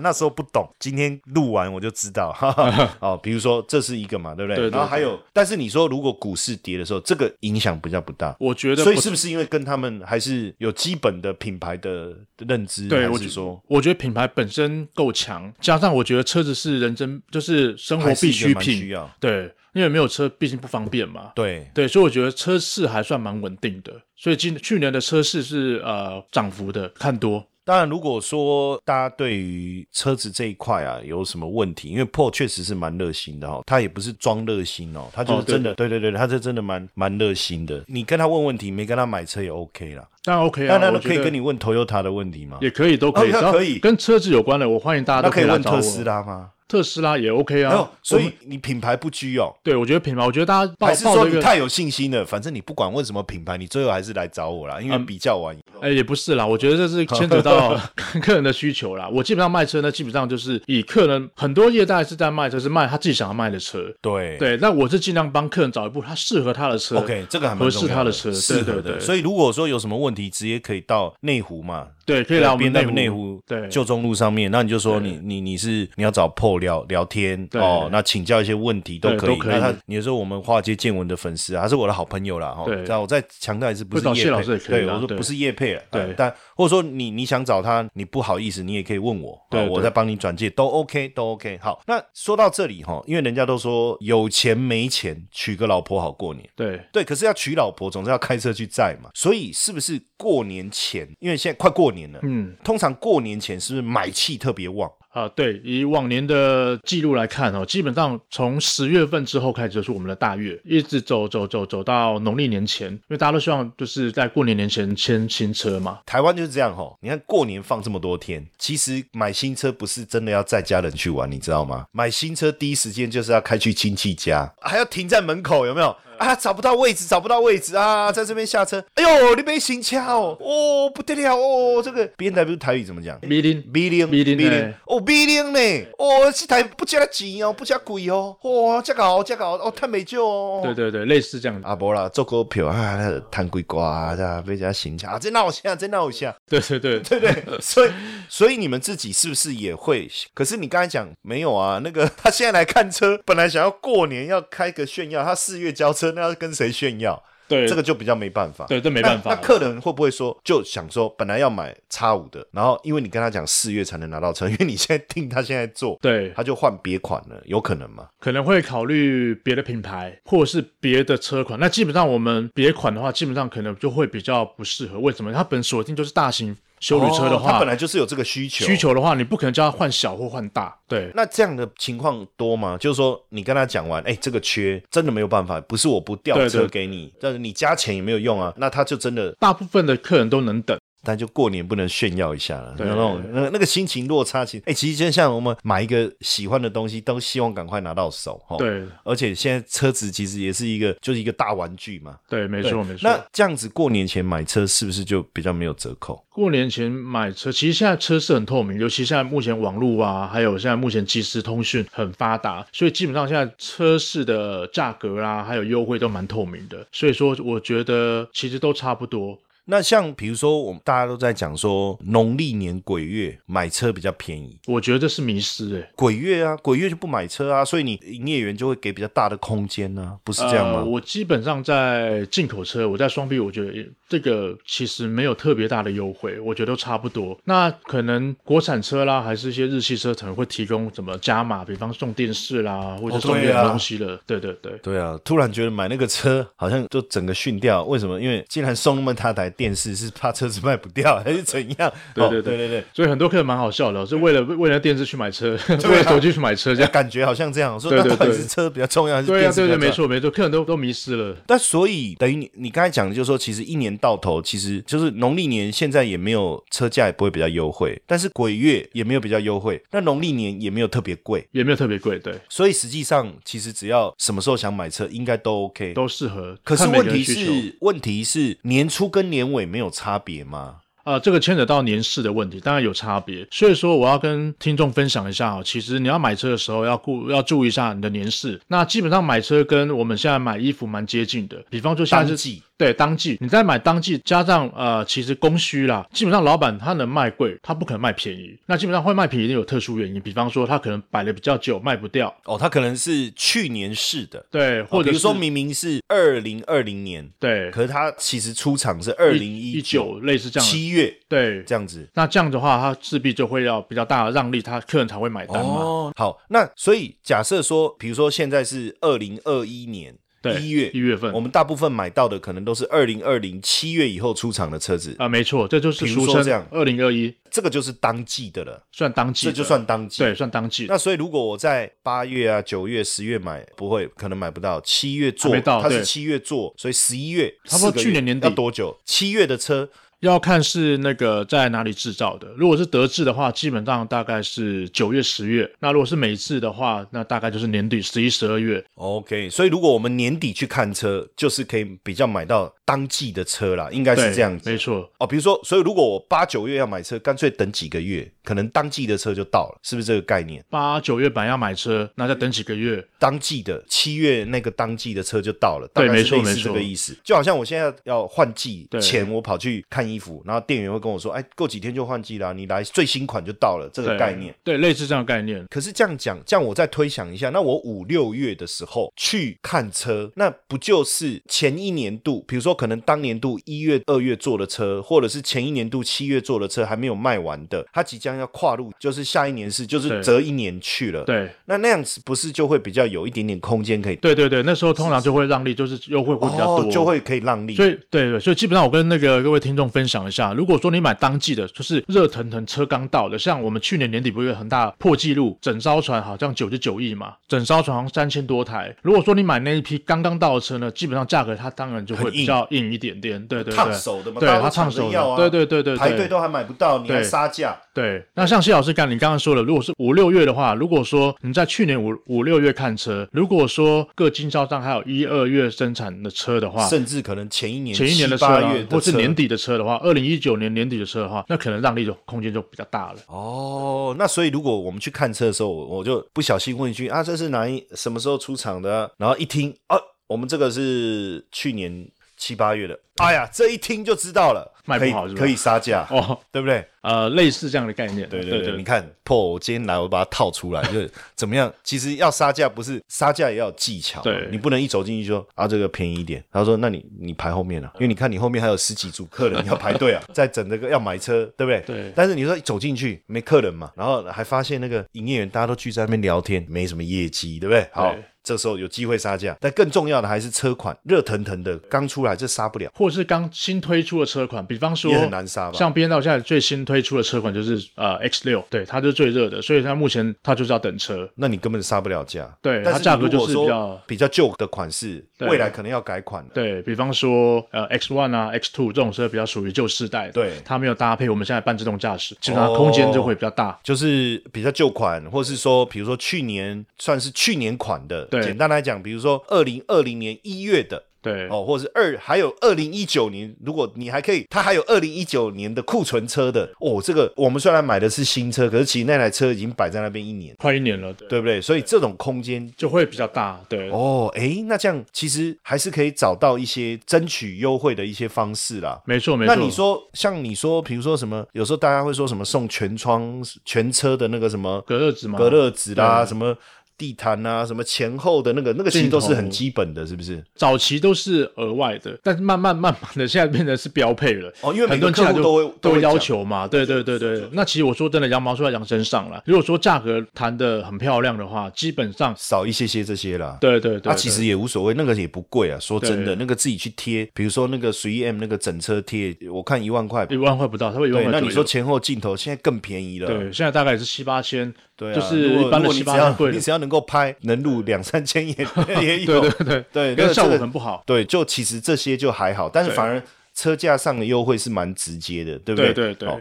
Speaker 1: 那时候不懂，今天录完我就知道。哈哈哦，比如如说这是一个嘛，对不对？
Speaker 2: 对对
Speaker 1: 然后还有，但是你说如果股市跌的时候，这个影响比较不大。
Speaker 2: 我觉得
Speaker 1: 所以
Speaker 2: 不
Speaker 1: 是不是因为跟他们还是有基本的品牌的认知？
Speaker 2: 对，
Speaker 1: 还
Speaker 2: 我
Speaker 1: 是
Speaker 2: 觉
Speaker 1: 说，
Speaker 2: 我觉得品牌本身够强，加上我觉得车子是人真就是生活
Speaker 1: 还是一
Speaker 2: 必
Speaker 1: 个
Speaker 2: 需
Speaker 1: 蛮需
Speaker 2: 品，
Speaker 1: 要
Speaker 2: 对，因为没有车毕竟不方便嘛。
Speaker 1: 对，
Speaker 2: 对，所以我觉得车市还算蛮稳定的，所以今去年的车市是呃涨幅的，看多。
Speaker 1: 当然，如果说大家对于车子这一块啊有什么问题，因为 Pro 确实是蛮热心的哈、哦，他也不是装热心哦，他就
Speaker 2: 哦
Speaker 1: 是
Speaker 2: 对
Speaker 1: 真的，对对对，他是真的蛮蛮热心的。你跟他问问题，没跟他买车也 OK 啦。
Speaker 2: 当然 OK 啊，
Speaker 1: 那那
Speaker 2: 我
Speaker 1: 那
Speaker 2: 觉
Speaker 1: 可以
Speaker 2: 得
Speaker 1: 跟你问 Toyota 的问题吗？
Speaker 2: 也可以，都可以，
Speaker 1: 哦那
Speaker 2: 只要
Speaker 1: 可以
Speaker 2: 跟车子有关的，我欢迎大家
Speaker 1: 那
Speaker 2: 啊都
Speaker 1: 可以
Speaker 2: 以来
Speaker 1: 问
Speaker 2: 找我。
Speaker 1: 特斯拉吗？
Speaker 2: 特斯拉也 OK
Speaker 1: 没有
Speaker 2: 啊，，
Speaker 1: 所
Speaker 2: 我
Speaker 1: 以
Speaker 2: 们
Speaker 1: 你品牌不拘哦。
Speaker 2: 对我觉得品牌，我觉得大家抱
Speaker 1: 还是
Speaker 2: 抱
Speaker 1: 说
Speaker 2: 这
Speaker 1: 你
Speaker 2: 个，
Speaker 1: 太有信心了？反正你不管问什么品牌，你最后还是来找我啦，因为比较完。
Speaker 2: 哎，也不是啦，我觉得这是牵 扯到客人的需求啦。我基本上卖车呢，基本上就是以客人很多业代是在卖车，是卖他自己想要卖的车。
Speaker 1: 对
Speaker 2: 对，那我是尽量帮客人找一部他适合他的车。
Speaker 1: OK，这个还蛮
Speaker 2: 合适
Speaker 1: 重要
Speaker 2: 他的车对
Speaker 1: 适合
Speaker 2: 对
Speaker 1: 的。
Speaker 2: 对
Speaker 1: 所以如果说有什么问题，直接可以到内湖嘛，
Speaker 2: 对，可以来我们
Speaker 1: 边那
Speaker 2: 内
Speaker 1: 个
Speaker 2: 湖
Speaker 1: 内湖
Speaker 2: 对
Speaker 1: 旧中路上面，那你就说
Speaker 2: 对
Speaker 1: 你你你是你要找 PO 聊聊天
Speaker 2: 对
Speaker 1: 哦，那请教一些问题都
Speaker 2: 对
Speaker 1: 可以
Speaker 2: 都。可以
Speaker 1: 那他你说我们华尔街见闻的粉丝啊，他是我的好朋友啦。哦
Speaker 2: 对，
Speaker 1: 那我再强调一次，不是
Speaker 2: 或者找
Speaker 1: 叶
Speaker 2: 谢老
Speaker 1: 佩
Speaker 2: 师也可以
Speaker 1: 对，
Speaker 2: 啦
Speaker 1: 我说
Speaker 2: 对
Speaker 1: 不是叶配了。
Speaker 2: 对
Speaker 1: 啊但或者说你你想找他，你不好意思，你也可以问我，哦
Speaker 2: 对对
Speaker 1: 我再帮你转介，都 OK，都 OK。好，那说到这里哦哈，因为人家都说有钱没钱娶个老婆好过年。
Speaker 2: 对
Speaker 1: 对，可是要娶老婆，总是要开车去载嘛，所以是不是过年前？因为现在快过年了，
Speaker 2: 嗯
Speaker 1: 通常过年前是不是买气特别旺？
Speaker 2: 啊、对，以往年的记录来看哦，基本上从十月份之后开始就是我们的大月，一直走走走走到农历年前，因为大家都希望就是在过年年前签新车嘛。
Speaker 1: 台湾就是这样吼，你看过年放这么多天，其实买新车不是真的要载家人去玩，你知道吗？买新车第一时间就是要开去亲戚家，还要停在门口，有没有？啊，找不到位置，找不到位置啊，在这边下车。哎呦，你被行掐哦，哦不得了哦，这个别人台不是台语怎么讲？
Speaker 2: 米林，
Speaker 1: 米零
Speaker 2: 米零欸
Speaker 1: 哦，米零呢？哦，这台不加钱哦，不加贵哦，哇，这个好，这个好，哦，太美酒哦。
Speaker 2: 对对对，类似这样子。
Speaker 1: 啊，无啦，做股票啊，那个贪鬼瓜啊，这样被人家行抢啊，再闹一下，再闹一下，
Speaker 2: 对 对对，
Speaker 1: 对不
Speaker 2: 呃
Speaker 1: 对？所以，所以你们自己是不是也会？可是你刚才讲没有啊？那个他现在来看车，本来想要过年要开个炫耀，他四月交车，那要跟谁炫耀？
Speaker 2: 对
Speaker 1: 这个就比较没办法。
Speaker 2: 对，这没办法
Speaker 1: 那。那客人会不会说，就想说本来要买叉五的，然后因为你跟他讲四月才能拿到车，因为你现在定他现在做，
Speaker 2: 对，
Speaker 1: 他就换别款了，有可能吗？
Speaker 2: 可能会考虑别的品牌或者是别的车款。那基本上我们别款的话，基本上可能就会比较不适合。为什么？它本锁定就是大型修理车的
Speaker 1: 哦他
Speaker 2: 话，
Speaker 1: 本来就是有这个需求，嗯
Speaker 2: 需求的话，你不可能叫它换小或换大。对，
Speaker 1: 那这样的情况多吗？就是说，你跟他讲完，哎、这个缺真的没有办法，不是我不调
Speaker 2: 对
Speaker 1: 车
Speaker 2: 对
Speaker 1: 给你，但是你加钱也没有用啊。那他就真的，
Speaker 2: 大部分的客人都能等。
Speaker 1: 但就过年不能炫耀一下了，
Speaker 2: 对
Speaker 1: 那种那那个心情落差，其实，哎、其实就像我们买一个喜欢的东西，都希望赶快拿到手，哦。
Speaker 2: 对
Speaker 1: 而且现在车子其实也是一个，就是一个大玩具嘛。
Speaker 2: 对，没错没错。
Speaker 1: 那这样子过年前买车是不是就比较没有折扣？
Speaker 2: 过年前买车，其实现在车是很透明，尤其现在目前网络啊，还有现在目前即时通讯很发达，所以基本上现在车市的价格啊，还有优惠都蛮透明的。所以说，我觉得其实都差不多。
Speaker 1: 那像比如说，我们大家都在讲说农历年鬼月买车比较便宜，
Speaker 2: 我觉得这是迷失欸诶、
Speaker 1: 鬼月啊，鬼月就不买车啊，所以你营业员就会给比较大的空间呢、不是这样吗？
Speaker 2: 呃我基本上在进口车，我在双 B，我觉得这个其实没有特别大的优惠，我觉得都差不多。那可能国产车啦，还是一些日系车，可能会提供怎么加码，比方送电视啦，或者
Speaker 1: 哦
Speaker 2: 送
Speaker 1: 对
Speaker 2: 别的
Speaker 1: 啊
Speaker 2: 东西了。对对对，
Speaker 1: 对啊，突然觉得买那个车好像就整个训掉，为什么？因为竟然送那么大台电视，是怕车子卖不掉 还是怎样？
Speaker 2: 对
Speaker 1: 哦
Speaker 2: 对
Speaker 1: 对
Speaker 2: 对
Speaker 1: 对
Speaker 2: 所以很多客人蛮好笑的哦，是为了为了电视去买车，
Speaker 1: 啊
Speaker 2: 为了手机去买车这
Speaker 1: 对，
Speaker 2: 样。
Speaker 1: 感觉好像这样，说
Speaker 2: 对
Speaker 1: 那
Speaker 2: 对
Speaker 1: 到底
Speaker 2: 对
Speaker 1: 是车比较重要还是
Speaker 2: 对
Speaker 1: 电
Speaker 2: 啊，
Speaker 1: 视
Speaker 2: 对
Speaker 1: 比较
Speaker 2: 对，
Speaker 1: 重要
Speaker 2: 没。错没错，客人都都迷失了。
Speaker 1: 但所以等于你你刚才讲的，就是说，其实一年到头，其实 就是农历年现在也没有车价也不会比较优惠，但是鬼月也没有比较优惠，那农历年也没有特别贵，
Speaker 2: 也没有特别贵，对，
Speaker 1: 所以实际上其实只要什么时候想买车，应该都 OK。
Speaker 2: 都适合。
Speaker 1: 可是
Speaker 2: 看每个
Speaker 1: 问
Speaker 2: 人
Speaker 1: 题
Speaker 2: 需求
Speaker 1: 是，问题是年初跟年尾没有差别吗？
Speaker 2: 呃，这个牵扯到年式的问题，当然有差别。所以说，我要跟听众分享一下哦，其实你要买车的时候要顾要注意一下你的年式。那基本上买车跟我们现在买衣服蛮接近的，比方说现在
Speaker 1: 当
Speaker 2: 是。
Speaker 1: 季
Speaker 2: 对，当季你在买当季加上呃，其实供需啦，基本上老板他能卖贵，他不可能卖便宜。那基本上会卖便宜一定有特殊原因，比方说他可能摆的比较久卖不掉，
Speaker 1: 哦，它可能是去年式的，
Speaker 2: 对，或
Speaker 1: 哦
Speaker 2: 者
Speaker 1: 比
Speaker 2: 是
Speaker 1: 如说明明是二零二零年，
Speaker 2: 对
Speaker 1: 可是它其实出厂是二零九
Speaker 2: 一九类似这样的，
Speaker 1: 七月
Speaker 2: 对。
Speaker 1: 这样子。
Speaker 2: 那这样的话，他势必就会要比较大的让利，他客人才会买单嘛。
Speaker 1: 哦，好，那所以假设说，比如说现在是二零二一年
Speaker 2: 对，
Speaker 1: 一月
Speaker 2: 一，月份，
Speaker 1: 我们大部分买到的可能都是二零二零七月以后出厂的车子，
Speaker 2: 啊、没错，这就是
Speaker 1: 比如
Speaker 2: 俗
Speaker 1: 说
Speaker 2: 称
Speaker 1: 这样
Speaker 2: 二零二一
Speaker 1: 这个就是当季的了，
Speaker 2: 算当季
Speaker 1: 这
Speaker 2: 的，
Speaker 1: 就算当季。
Speaker 2: 对，算当季的。
Speaker 1: 那所以，如果我在八月啊、九月、十月买，不会，可能买不到。七月
Speaker 2: 还
Speaker 1: 做，
Speaker 2: 没到
Speaker 1: 它是
Speaker 2: 对
Speaker 1: 七月做，所以十一月，
Speaker 2: 差
Speaker 1: 四
Speaker 2: 不多
Speaker 1: 个月
Speaker 2: 去年年底
Speaker 1: 要多久？七月的车
Speaker 2: 要看是那个在哪里制造的。如果是德制的话，基本上大概是九月、十月；那如果是美制的话，那大概就是年底十一、十二月。
Speaker 1: ，OK。所以，如果我们年底去看车，就是可以比较买到当季的车啦，应该
Speaker 2: 对，
Speaker 1: 是这样子
Speaker 2: 没。错。
Speaker 1: 哦，比如说，所以如果我八九月要买车，干脆等几个月，可能当季的车就到了，是不是这个概念？
Speaker 2: 八九月本来要买车，那再等几个月，
Speaker 1: 当季的七月那个当季的车就到了，
Speaker 2: 对
Speaker 1: 大概是
Speaker 2: 没错
Speaker 1: 类似
Speaker 2: 没错
Speaker 1: 这个意思。就好像我现在要换季
Speaker 2: 对
Speaker 1: 前，我跑去看衣服，然后店员会跟我说：“哎，过几天就换季啦，你来最新款就到了。”这个
Speaker 2: 对
Speaker 1: 概念。，
Speaker 2: 对，类似这样的概念。
Speaker 1: 可是这样讲，这样我再推想一下，那我五六月的时候去看车，那不就是前一年度，比如说可能当年度一月、二月做的车，或者是前一年度七月做的车还没有卖完的，它即将要跨入，就是下一年是，就是
Speaker 2: 对
Speaker 1: 折一年去了。
Speaker 2: 对，
Speaker 1: 那那样子不是就会比较有一点点空间可以
Speaker 2: 对对对，那时候通常就会让利，就是优惠会比较
Speaker 1: 哦、
Speaker 2: 多，
Speaker 1: 就会可以让利。
Speaker 2: 所以对对，所以基本上我跟那个各位听众分享一下，如果说你买当季的，就是热腾腾车刚到的，像我们去年年底不是有很大破纪录，整艘船好像九十九亿嘛，整艘船好像三千多台。如果说你买那一批刚刚到的车呢，基本上价格它当然就会
Speaker 1: 很硬
Speaker 2: 比较硬一点点，对对
Speaker 1: 烫
Speaker 2: 对。
Speaker 1: 手的嘛，
Speaker 2: 对
Speaker 1: 大家都
Speaker 2: 它
Speaker 1: 抢
Speaker 2: 烫
Speaker 1: 着
Speaker 2: 手的
Speaker 1: 要啊，
Speaker 2: 对对对对对
Speaker 1: 排队都还买不到，你还
Speaker 2: 对
Speaker 1: 杀价，
Speaker 2: 对，那像谢老师刚你刚刚说了，如果是五六月的话，如果说你在去年五五六月看车，如果说各经销商还有一二月生产的车的话，
Speaker 1: 甚至可能前一年
Speaker 2: 前一年的
Speaker 1: 七
Speaker 2: 车
Speaker 1: 八
Speaker 2: 啦
Speaker 1: 月的
Speaker 2: 或是
Speaker 1: 车
Speaker 2: 年。底的车的话，二零一九年年底的车的话，那可能让利的空间就比较大了。
Speaker 1: 哦，那所以如果我们去看车的时候，我我就不小心问一句啊，这是哪一什么时候出厂的啊、然后一听啊，我们这个是去年七八月的，哎呀，这一听就知道了，
Speaker 2: 卖不
Speaker 1: 可以
Speaker 2: 好是吧
Speaker 1: 可以杀价，
Speaker 2: 哦，
Speaker 1: 对不对？
Speaker 2: 呃，类似这样的概念。
Speaker 1: 哦对
Speaker 2: 对
Speaker 1: 对对，你看破，我今天来我把它套出来，就是怎么样？其实要杀价不是杀价也要有技巧嘛，
Speaker 2: 对
Speaker 1: 你不能一走进去就说啊这个便宜一点，他说那你你排后面啊，因为你看你后面还有十几组客人要排队啊，在整这个要买车，对不对？
Speaker 2: 对
Speaker 1: 但是你说一走进去没客人嘛，然后还发现那个营业员大家都聚在那边聊天，没什么业绩，对不对？好
Speaker 2: 对。
Speaker 1: 这时候有机会杀价，但更重要的还是车款热腾腾的刚出来，这杀不了，
Speaker 2: 或是刚新推出的车款，比方说
Speaker 1: 也很难杀吧？
Speaker 2: 像 B N 到现在最新推出的车款就是呃 X 六，对，它就是最热的，所以它目前它就是要等车。
Speaker 1: 那你根本杀不了价。
Speaker 2: 对
Speaker 1: 但
Speaker 2: 它
Speaker 1: 是
Speaker 2: 价格
Speaker 1: 你如果
Speaker 2: 就是
Speaker 1: 说
Speaker 2: 比较
Speaker 1: 比较旧的款式，
Speaker 2: 对
Speaker 1: 未来可能要改款了。
Speaker 2: 对比方说，呃，X One 啊，X Two 这种车比较属于旧世代的，
Speaker 1: 对
Speaker 2: 它没有搭配我们现在半自动驾驶，基本上空间就会比较大。
Speaker 1: 就是比较旧款，或是说，比如说去年算是去年款的，
Speaker 2: 对
Speaker 1: 简单来讲，比如说二零二零年一月的
Speaker 2: 对，
Speaker 1: 哦，或者是二，还有二零一九年，如果你还可以，它还有二零一九年的库存车的哦，这个我们虽然买的是新车，可是其实那台车已经摆在那边一年，
Speaker 2: 快一年了，对，
Speaker 1: 对不对？所以这种空间
Speaker 2: 就会比较大。对，
Speaker 1: 哦，诶，那这样其实还是可以找到一些争取优惠的一些方式啦。
Speaker 2: 没错没
Speaker 1: 那
Speaker 2: 错。
Speaker 1: 你说，像你说，比如说什么，有时候大家会说什么送全窗、全车的那个什么
Speaker 2: 隔热纸吗？
Speaker 1: 隔热纸啦，
Speaker 2: 对啊
Speaker 1: 什么地毯啊，什么前后的那个，那个其实都是
Speaker 2: 镜头
Speaker 1: 很基本的，是不是？
Speaker 2: 早期都是额外的，但是慢慢慢慢的，现在变成是标配了。
Speaker 1: 哦因为每
Speaker 2: 很
Speaker 1: 个
Speaker 2: 多人进来
Speaker 1: 客户
Speaker 2: 就
Speaker 1: 都会都
Speaker 2: 都
Speaker 1: 会
Speaker 2: 会
Speaker 1: 讲
Speaker 2: 要求嘛，对对对对。那其实我说真的，羊毛出在羊身上了。如果说价格谈的很漂亮的话，基本上
Speaker 1: 少一些些这些啦。
Speaker 2: 对对对，
Speaker 1: 那啊其实也无所谓，那个也不贵啊。说真的，
Speaker 2: 对
Speaker 1: 那个自己去贴，比如说那个十一 M 那个整车贴，我看一万块。
Speaker 2: 一万块不到，它会一万
Speaker 1: 对，
Speaker 2: 块
Speaker 1: 那
Speaker 2: 左
Speaker 1: 你
Speaker 2: 右
Speaker 1: 说前后镜头现在更便宜了。
Speaker 2: 对，现在大概也是七八千，
Speaker 1: 对啊，
Speaker 2: 就是
Speaker 1: 如果
Speaker 2: 一般
Speaker 1: 如果你
Speaker 2: 的七
Speaker 1: 只
Speaker 2: 八千
Speaker 1: 要
Speaker 2: 贵
Speaker 1: 你
Speaker 2: 的，
Speaker 1: 只要能够拍，能录两三千 也也有。
Speaker 2: 对对对
Speaker 1: 对那
Speaker 2: 跟
Speaker 1: 个
Speaker 2: 效
Speaker 1: 这
Speaker 2: 果
Speaker 1: 个
Speaker 2: 很不好。
Speaker 1: 对，就其实这些就还好，但是
Speaker 2: 对
Speaker 1: 反而车价上的优惠是蛮直接的，对不
Speaker 2: 对
Speaker 1: 对
Speaker 2: 对对
Speaker 1: 好，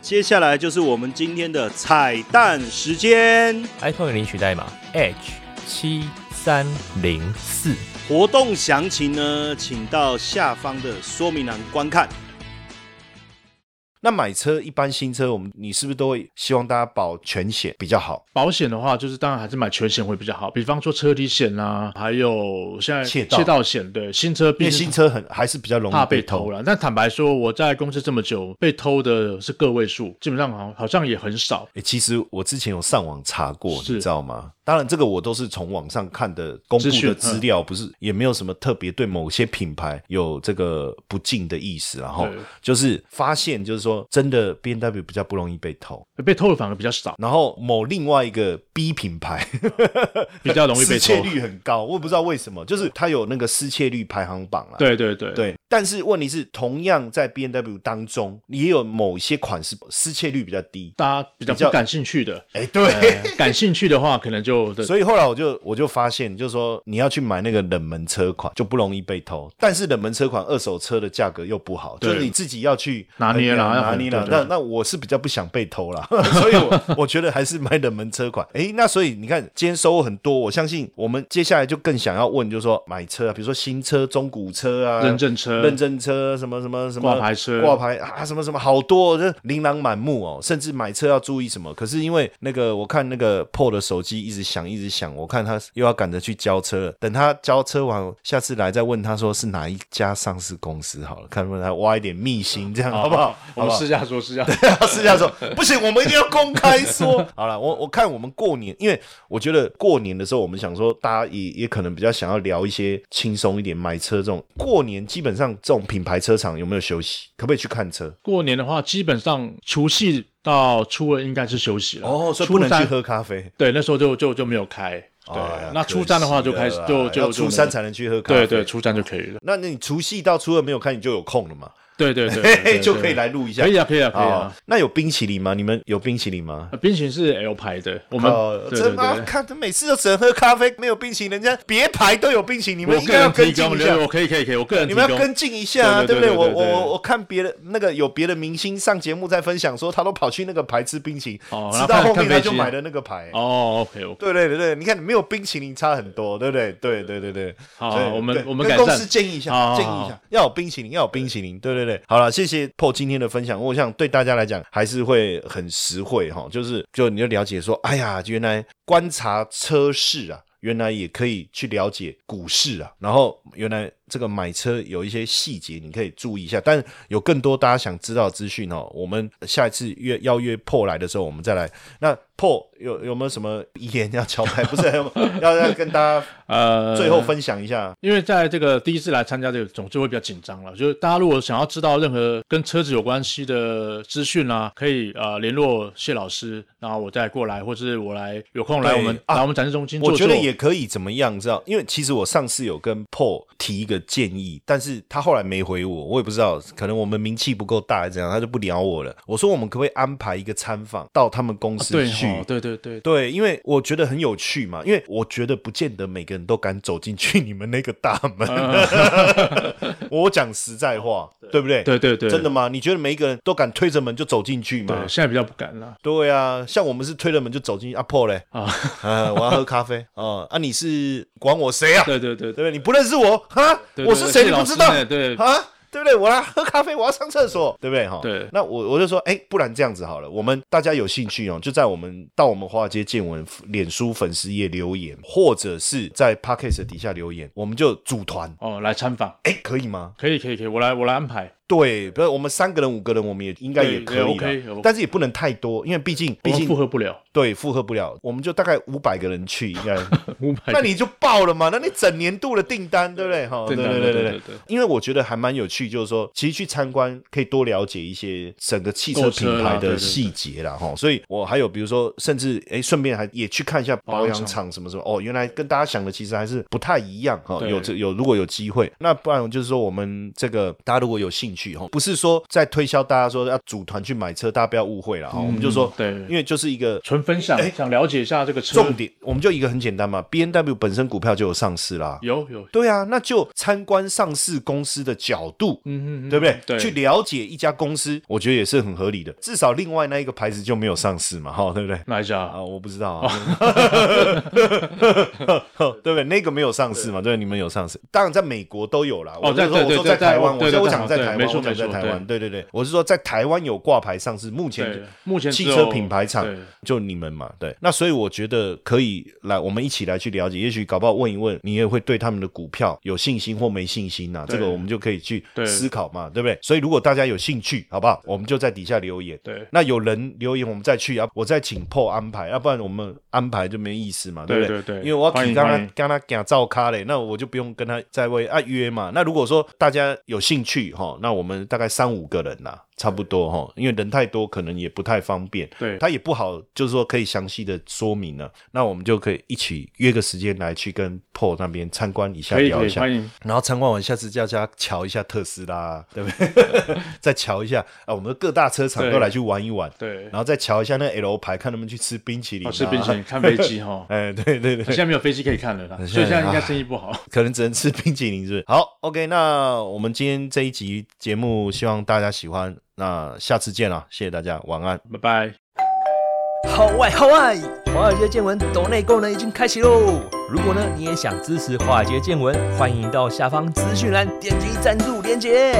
Speaker 1: 接下来就是我们今天的彩蛋时间，
Speaker 3: iPhone 领取代码 H 七三零四。
Speaker 1: 活动详情呢，请到下方的说明栏观看。那买车一般新车，我们你是不是都会希望大家保全险比较好？
Speaker 2: 保险的话，就是当然还是买全险会比较好，比方说车体险啦、还有现在
Speaker 1: 窃盗
Speaker 2: 窃盗险，对，新车
Speaker 1: 因
Speaker 2: 毕
Speaker 1: 为
Speaker 2: 竟
Speaker 1: 新车很还是比较容
Speaker 2: 怕
Speaker 1: 易
Speaker 2: 被
Speaker 1: 偷
Speaker 2: 偷。了。但坦白说，我在公司这么久，被偷的是个位数，基本上好好像也很少。
Speaker 1: 诶欸其实我之前有上网查过，
Speaker 2: 是
Speaker 1: 你知道吗？当然，这个我都是从网上看的公布
Speaker 2: 资讯
Speaker 1: 的
Speaker 2: 嗯
Speaker 1: 资料，不是也没有什么特别对某些品牌有这个不敬的意思啦，然后
Speaker 2: 对
Speaker 1: 就是发现，就是说真的 B N W 比较不容易被偷，
Speaker 2: 呃被偷的反而比较少，
Speaker 1: 然后某另外一个 B 品牌
Speaker 2: 比较容易 被
Speaker 1: 失窃。
Speaker 2: 偷
Speaker 1: 率很高，我也不知道为什么，就是它有那个失窃率排行榜啦。
Speaker 2: 对对对，
Speaker 1: 对，但是问题是，同样在 B N W 当中，也有某些款式失窃率比较低。
Speaker 2: 大家比较
Speaker 1: 比较
Speaker 2: 不感兴趣的，
Speaker 1: 哎，对。
Speaker 2: 呃感兴趣的话，可能就对
Speaker 1: 所以后来我就我就发现，就是说你要去买那个冷门车款就不容易被偷，但是冷门车款二手车的价格又不好，
Speaker 2: 对
Speaker 1: 就是你自己要去
Speaker 2: 拿捏啦
Speaker 1: 衡量
Speaker 2: 要
Speaker 1: 拿
Speaker 2: 很
Speaker 1: 捏啦。
Speaker 2: 对对
Speaker 1: 那那我是比较不想被偷啦， 所以我我觉得还是买冷门车款。诶，那所以你看今天收获很多，我相信我们接下来就更想要问，就是说买车啊，比如说新车、中古车啊，
Speaker 2: 认证车
Speaker 1: 认证车什么什么什么
Speaker 2: 挂牌车
Speaker 1: 挂牌啊，什么什么好多，这琳琅满目哦。甚至买车要注意什么？可是因为那个，我看那个 Paul 的手机一直响，一直响，我看他又要赶着去交车了。等他交车完，下次来再问他说是哪一家上市公司好了，看能不能来挖一点秘辛，这样好不好？
Speaker 2: 啊我
Speaker 1: 好不
Speaker 2: 们
Speaker 1: 好？
Speaker 2: 私下说，私下说
Speaker 1: 他私下说：“不行，我们一定要公开说。” 好了，我我看我们过年，因为我觉得过年的时候，我们想说大家也也可能比较想要聊一些轻松一点，买车这种。过年基本上这种品牌车厂有没有休息？可不可以去看车？
Speaker 2: 过年的话，基本上除夕到初二应该是休息了。
Speaker 1: 哦所以
Speaker 2: 初
Speaker 1: 不能
Speaker 2: 三
Speaker 1: 去。喝咖啡。
Speaker 2: 对，那时候就就就没有开。对，
Speaker 1: 哎呀
Speaker 2: 那
Speaker 1: 可
Speaker 2: 初三的话
Speaker 1: 惜
Speaker 2: 就开始
Speaker 1: 了
Speaker 2: 就
Speaker 1: 啦
Speaker 2: 就
Speaker 1: 要
Speaker 2: 就
Speaker 1: 初
Speaker 2: 那
Speaker 1: 三
Speaker 2: 个
Speaker 1: 才能去喝咖啡。
Speaker 2: 对对，初三就可以了。
Speaker 1: 那那你除夕到初二没有看，你就有空了嘛？
Speaker 2: 对 对
Speaker 1: 嘿
Speaker 2: 对对，
Speaker 1: 嘿，
Speaker 2: 对
Speaker 1: 就可以。来录一下。
Speaker 2: 可以啊，可以啊，可以
Speaker 1: 哦
Speaker 2: 啊。
Speaker 1: 那有冰淇淋吗？你们有冰淇淋吗？
Speaker 2: 呃冰淇淋是 L 牌的，我们
Speaker 1: 哦，
Speaker 2: 嗯对对
Speaker 1: 真吗？
Speaker 2: 对。
Speaker 1: 看他每次都只能喝咖啡，没有冰淇淋，人家别牌都有冰淇淋，你们
Speaker 2: 我
Speaker 1: 应
Speaker 2: 个
Speaker 1: 该要
Speaker 2: 人
Speaker 1: 跟
Speaker 2: 提
Speaker 1: 进
Speaker 2: 供，
Speaker 1: 一
Speaker 2: 对我
Speaker 1: 下。
Speaker 2: 可以可以可以，我个人
Speaker 1: 你
Speaker 2: 提
Speaker 1: 们
Speaker 2: 供。
Speaker 1: 要跟进一下啊，
Speaker 2: 对
Speaker 1: 不
Speaker 2: 对
Speaker 1: 对？
Speaker 2: 对
Speaker 1: 我
Speaker 2: 对对
Speaker 1: 我我我看别的那个有别的明星上节目在分享说，他都跑去那个牌吃冰淇淋，
Speaker 2: 哦
Speaker 1: 直到后面
Speaker 2: 然后看看
Speaker 1: 他
Speaker 2: 飞
Speaker 1: 就
Speaker 2: 机
Speaker 1: 买了那个牌。
Speaker 2: 哦，OK OK，
Speaker 1: 对对对对，你看没有冰淇淋差很多，对不对？对对对对。
Speaker 2: 好
Speaker 1: 所以
Speaker 2: 我们
Speaker 1: 对
Speaker 2: 我们
Speaker 1: 跟
Speaker 2: 改
Speaker 1: 公
Speaker 2: 善
Speaker 1: 司建议一下，
Speaker 2: 好好
Speaker 1: 建议一下
Speaker 2: 好，
Speaker 1: 要有冰淇淋，要有冰淇淋。对对对，好了，谢谢 p 今天的分享，我想对大家来讲还是会很实惠哈，就是就你就了解说，哎呀，原来观察车市啊。原来也可以去了解股市啊，然后原来这个买车有一些细节你可以注意一下，但有更多大家想知道的资讯哦，我们下一次约邀约破来的时候，我们再来。那破有有没有什么遗言要交代？ 不是要要要跟大家
Speaker 2: 呃，
Speaker 1: 最后分享一下。
Speaker 2: 因为在这个第一次来参加这个总之会比较紧张了，就是大家如果想要知道任何跟车子有关系的资讯啊，可以呃联络谢老师，然后我再过来，或是我来有空来
Speaker 1: 对
Speaker 2: 我们、
Speaker 1: 啊
Speaker 2: 来我们展示中心坐
Speaker 1: 我
Speaker 2: 坐。
Speaker 1: 觉得也可以怎么样，知道？因为其实我上次有跟 Paul 提一个建议，但是他后来没回我，我也不知道，可能我们名气不够大，还是怎样，他就不聊我了。我说我们可不可以安排一个参访到他们公
Speaker 2: 啊
Speaker 1: 司
Speaker 2: 对
Speaker 1: 去？
Speaker 2: 哦，对对对，
Speaker 1: 对，因为我觉得很有趣嘛，因为我觉得不见得每个人都敢走进去你们那个大门。 我讲实在话，对不对？
Speaker 2: 嗯对对对
Speaker 1: 真的吗？你觉得每一个人都敢推着门就走进去
Speaker 2: 对
Speaker 1: 吗，？
Speaker 2: 现在比较不敢了。
Speaker 1: 对啊，像我们是推着门就走进去，阿破嘞，
Speaker 2: 啊，
Speaker 1: 呃， 我要喝咖啡哦、啊，你是管我谁啊？
Speaker 2: 对对
Speaker 1: 对
Speaker 2: 对
Speaker 1: 不对？你不认识我哈？
Speaker 2: 对对
Speaker 1: 我是谁
Speaker 2: 谢
Speaker 1: 你
Speaker 2: 老
Speaker 1: 不
Speaker 2: 师
Speaker 1: 知道？
Speaker 2: 呢对
Speaker 1: 啊，对不对？我来喝咖啡，我要上厕所，对不对？哈，
Speaker 2: 对
Speaker 1: 那我我就说，哎，不然这样子好了，我们大家有兴趣哦，就在我们到我们华尔街见闻脸书粉丝页留言，或者是在 Podcast 底下留言，我们就组团，
Speaker 2: 哦，来参访，
Speaker 1: 哎，可以吗？
Speaker 2: 可以可以可以，我来我来安排。
Speaker 1: 对，不是我们三个人、五个人，我们也应该也可
Speaker 2: 对
Speaker 1: 以
Speaker 2: 对
Speaker 1: 的
Speaker 2: ，OK，，
Speaker 1: 但是也不能太多，因为毕竟
Speaker 2: 我
Speaker 1: 毕
Speaker 2: 们
Speaker 1: 竟
Speaker 2: 负荷不了
Speaker 1: 对负荷不了，我们就大概五百个人去，应该。
Speaker 2: 五百。
Speaker 1: 那你就爆了嘛？那你整年度的订单，对不对？哈，对
Speaker 2: 订单
Speaker 1: 对对
Speaker 2: 对
Speaker 1: 对
Speaker 2: 对
Speaker 1: 对
Speaker 2: 对。
Speaker 1: 因为我觉得还蛮有趣，就是说，其实去参观可以多了解一些整个汽车
Speaker 2: 购车
Speaker 1: 品
Speaker 2: 啦
Speaker 1: 牌
Speaker 2: 对
Speaker 1: 的
Speaker 2: 对对
Speaker 1: 细节啦，哈。所以我还有比如说，甚至哎，顺便还也去看一下保养厂什么什么。哦，原来跟大家想的其实还是不太一样哈。
Speaker 2: 对
Speaker 1: 有这有如果有机会，那不然就是说我们这个大家如果有兴趣哈，不是说在推销大家说要组团去买车，大家不要误会了哈。我们就说，
Speaker 2: 嗯对
Speaker 1: 因为就是一个
Speaker 2: 纯分享，想了解一下这个车。
Speaker 1: 哎重点，我们就一个很简单嘛，B N W 本身股票就有上市啦。
Speaker 2: 有有，
Speaker 1: 对啊，那就参观上市公司的角度，
Speaker 2: 嗯嗯嗯，
Speaker 1: 对不对？
Speaker 2: 对，
Speaker 1: 去了解一家公司，我觉得也是很合理的。至少另外那一个牌子就没有上市嘛，哈，对不对？
Speaker 2: 哪一家？
Speaker 1: 啊，我不知道啊， 对不对？那个没有上市嘛，对，你们有上市，当然在美国都有啦。我
Speaker 2: 哦，
Speaker 1: 就
Speaker 2: 在
Speaker 1: 说
Speaker 2: 对
Speaker 1: 我
Speaker 2: 对
Speaker 1: 说
Speaker 2: 对，
Speaker 1: 台湾，
Speaker 2: 对
Speaker 1: 我
Speaker 2: 对
Speaker 1: 说我讲在
Speaker 2: 对
Speaker 1: 台
Speaker 2: 没错
Speaker 1: 我讲在
Speaker 2: 没错
Speaker 1: 台湾，对对对，我是说在台湾有挂牌上市，目
Speaker 2: 对
Speaker 1: 前，
Speaker 2: 目前
Speaker 1: 汽
Speaker 2: 只有
Speaker 1: 车品牌厂
Speaker 2: 对
Speaker 1: 就你们嘛，对，那所以我觉得可以来，我们一起来去了解，也许搞不好问一问，你也会对他们的股票有信心或没信心呐、啊
Speaker 2: 对
Speaker 1: 这个我们就可以去
Speaker 2: 对
Speaker 1: 思考嘛，对不对？所以如果大家有兴趣，好不好？我们就在底下留言。
Speaker 2: 对
Speaker 1: 那有人留言，我们再去啊，我再请破安排，要、不然我们安排就没意思嘛，不
Speaker 2: 对对对
Speaker 1: 因为我要
Speaker 2: 欢
Speaker 1: 请
Speaker 2: 迎
Speaker 1: 刚
Speaker 2: 欢
Speaker 1: 刚
Speaker 2: 迎
Speaker 1: 跟他讲照咖嘞，那我就不用跟他再为啊约嘛。那如果说大家有兴趣哈，那我们大概三五个人啦，差不多哈，因为人太多可能也不太方便，
Speaker 2: 对
Speaker 1: 他也不好，就是说可以详细的说明了。那我们就可以一起约个时间来去跟 Paul 那边参观一下，
Speaker 2: 可以
Speaker 1: 聊
Speaker 2: 可
Speaker 1: 一
Speaker 2: 以
Speaker 1: 下。
Speaker 2: 欢迎，
Speaker 1: 然后参观完，下次叫大家瞧一下特斯拉，对不对？ 再瞧一下啊，我们的各大车厂都
Speaker 2: 对
Speaker 1: 来去玩一玩，
Speaker 2: 对
Speaker 1: 然，后再瞧一下那 L 牌，看他们去吃冰淇淋、啊，，
Speaker 2: 哦吃冰淇淋，看飞机哈
Speaker 1: 哎，对对对
Speaker 2: 现，在没有飞机可以看 了啦，
Speaker 1: 现在
Speaker 2: 所以现在应该
Speaker 1: 啊
Speaker 2: 生意不好。
Speaker 1: 可能只能吃冰淇淋，是不是？好，OK，那我们今天这一集节目，希望大家喜欢。那下次见了，谢谢大家，晚安。
Speaker 2: 拜拜。
Speaker 3: 好外好外，华尔街见闻抖内功能已经开启喽！如果呢你也想支持华尔街见闻，欢迎到下方资讯栏点击赞助连结。